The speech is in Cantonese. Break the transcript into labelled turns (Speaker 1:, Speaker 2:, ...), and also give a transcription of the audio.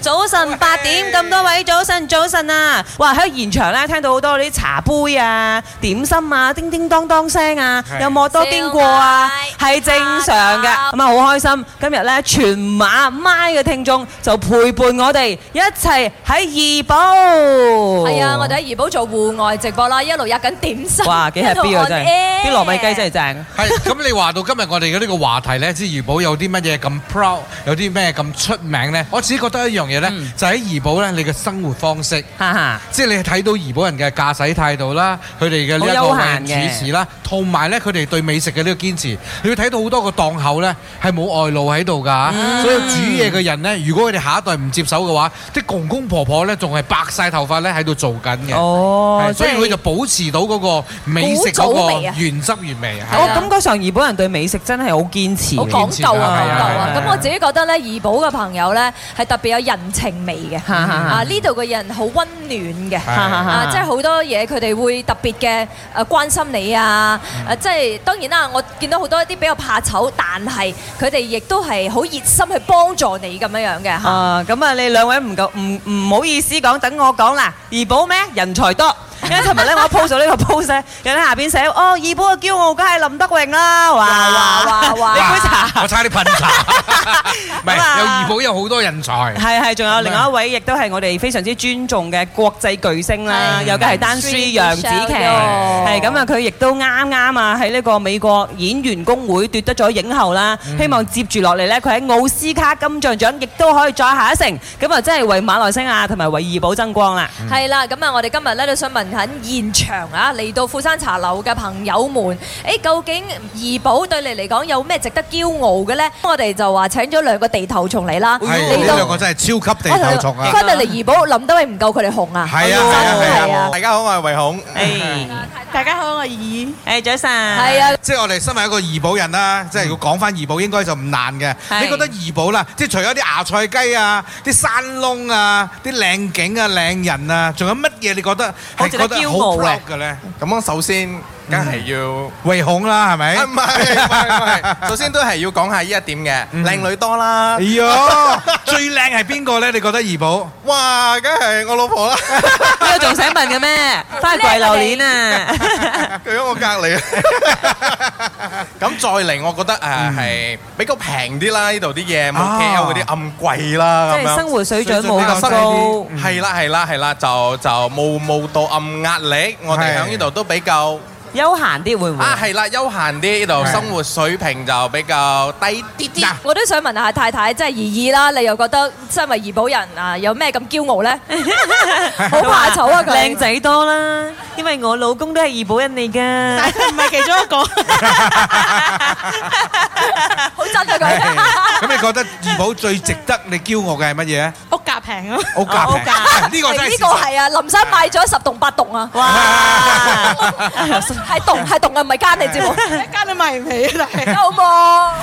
Speaker 1: 早晨八點，咁多位早晨早晨啊！哇，喺現場咧聽到好多啲茶杯啊、點心啊、叮叮當當聲啊，
Speaker 2: 係
Speaker 1: 有冇多經過啊？係正常嘅，咁啊好開心！今日咧全馬麥嘅聽眾就陪伴我哋一齊喺怡保。
Speaker 3: 係啊，我哋喺怡寶做戶外直播啦，一路入緊點心，
Speaker 1: 哇幾 happy 啊真係，啲糯米雞真係
Speaker 3: 係
Speaker 1: 正。
Speaker 2: 係咁，你話到今日我哋嘅呢個話題咧，即係怡寶有啲乜嘢咁 proud，有啲咩咁出名咧？我自己覺得一樣嘢咧，就喺怡寶咧，你嘅生活方式。
Speaker 1: 哈哈，
Speaker 2: 即係你睇到怡保人嘅駕駛態度啦，佢哋嘅呢一
Speaker 1: 好
Speaker 2: 個
Speaker 1: 悠
Speaker 2: 為
Speaker 1: 閒
Speaker 2: 人
Speaker 1: 嘅
Speaker 2: 處事啦，同埋咧佢哋對美食嘅呢個堅持，你要睇到好多個檔口咧係冇外露喺度㗎，所以煮嘢嘅人咧，如果佢哋下一代唔接手嘅話，啲公公婆婆咧仲係白晒頭髮咧喺度做緊嘅，
Speaker 1: 哦
Speaker 2: 係，所以佢就保持到嗰個美食嗰
Speaker 3: 古早
Speaker 2: 個
Speaker 3: 味啊
Speaker 2: 原汁原味。係
Speaker 1: 我
Speaker 2: 啊
Speaker 1: 感覺哦上怡保人對美食真係好堅持
Speaker 3: 好
Speaker 1: 嘅。
Speaker 3: 講究啊，
Speaker 2: 堅持㗎係
Speaker 3: 講究
Speaker 2: 啊
Speaker 3: 啊！
Speaker 2: 係啊
Speaker 3: 咁我自己覺得咧，怡寶嘅朋友咧係特別有人情味嘅，
Speaker 1: 哈哈哈
Speaker 3: 啊呢度嘅人好温暖嘅。
Speaker 2: 係
Speaker 1: 哈哈
Speaker 3: 啊，
Speaker 1: 哈
Speaker 3: 即係好多嘢佢哋會特別嘅誒關心你啊！誒，即係當然啦，我見到好多一啲比較怕醜，但係佢哋亦都係好熱心去幫助你咁樣樣嘅嚇。
Speaker 1: 啊，咁啊，你兩位唔夠唔唔好意思講，等我講啦。怡保咩？人才多。因為尋日咧，我 post 咗呢個 post 咧，有人喺下邊寫哦，怡保嘅驕傲梗係林德榮啦，哇
Speaker 3: 哇哇哇
Speaker 1: 呢杯茶
Speaker 2: 我差啲噴 茶，
Speaker 1: 咁啊哎
Speaker 2: 唔係有怡寶有好多人才。
Speaker 1: 係係，仲有另外一位，亦都係我哋非常之尊重嘅國際巨星啦，
Speaker 3: 係
Speaker 1: 有嘅係丹斯里楊紫瓊，
Speaker 3: Michelle
Speaker 1: 係咁啊，佢亦都啱啱啊喺呢個美國演員工會奪得咗影后啦，希望接住落嚟呢，佢喺奧斯卡金像獎亦都可以再下一城，咁啊真係為馬來西亞同埋為怡保爭光 啦。
Speaker 3: 係啦，咁啊，我哋今日咧都想問喺現場啊，嚟到富山茶樓嘅朋友們，誒，究竟怡保對你嚟講有咩值得驕傲嘅呢？我哋就話請咗兩個地頭蟲嚟啦，
Speaker 2: 係
Speaker 3: 嚟
Speaker 2: 呢兩
Speaker 3: 到
Speaker 2: 個真係超級地
Speaker 3: 我同你
Speaker 2: 頭蟲啊！
Speaker 3: 翻到嚟怡保，林德榮唔夠佢哋紅啊，
Speaker 1: 哎
Speaker 2: 係啊
Speaker 3: 真
Speaker 2: 係啊係
Speaker 3: 係啊，
Speaker 4: 大家好，我係惠孔。
Speaker 1: 誒，
Speaker 5: 大家好，我係
Speaker 1: 誒早晨，
Speaker 3: 係啊，
Speaker 4: 即係我哋身為一個怡保人啦，即係要講翻怡保應該就唔難嘅。
Speaker 1: 係
Speaker 4: 你覺得怡保啦，即係除咗啲芽菜雞啊、啲山窿啊、啲靚景啊、靚人啊，仲有乜嘢你覺得
Speaker 1: 好
Speaker 4: 係
Speaker 1: 值
Speaker 4: 覺
Speaker 1: 得
Speaker 4: 得好
Speaker 1: 驕傲啊
Speaker 4: proud 嘅咧？
Speaker 6: 咁我首先梗係要。
Speaker 4: 惠孔啦，係咪？
Speaker 1: 嗯
Speaker 6: 啊唔係唔係唔係，首先都係要講下呢一點嘅，靚女多啦
Speaker 4: 哎，呀，最靚係邊個咧？你覺得怡保？
Speaker 6: 哇，梗係我老婆啦，
Speaker 1: 呢個仲想問 嘅咩？花貴榴蓮 啊！
Speaker 6: 佢喺我隔離。咁再嚟，我覺得誒係比較平啲啦，呢度啲嘢冇
Speaker 4: 啊
Speaker 6: KL 嗰啲咁貴啦，
Speaker 1: 即係
Speaker 6: 咁樣
Speaker 1: 生活水準冇咁
Speaker 6: 水準比較
Speaker 1: 高
Speaker 6: 低啲係啦係啦係啦，就就冇冇到咁壓力，我哋
Speaker 4: 係
Speaker 6: 喺呢度都比較。
Speaker 1: 休閒啲會唔會？
Speaker 6: 啊，係啦，休閒啲呢度
Speaker 4: 係
Speaker 6: 生活水平就比較低啲啲。
Speaker 3: 我都想問下太太，即係怡怡啦，你又覺得身為怡保人啊，有咩咁驕 傲呢？好怕 醜啊佢，
Speaker 1: 靚仔多啦，因為我老公都係怡保人嚟㗎。
Speaker 5: 唔係其中一個，
Speaker 3: 好真
Speaker 4: 係
Speaker 3: 啊佢。
Speaker 4: 咁你覺得怡保最值得你驕傲嘅係乜嘢？
Speaker 5: 屋價平咯。
Speaker 4: 屋價
Speaker 1: 哦屋
Speaker 4: 平，
Speaker 1: 價
Speaker 4: 呢個真係
Speaker 3: 呢
Speaker 4: 事
Speaker 3: 個
Speaker 4: 實。
Speaker 3: 係啊，林生買咗十棟八棟啊！
Speaker 1: 哇！
Speaker 3: 係棟係棟啊，唔係間你節目，
Speaker 5: 一間都買唔起，但係。
Speaker 3: 好冇？啊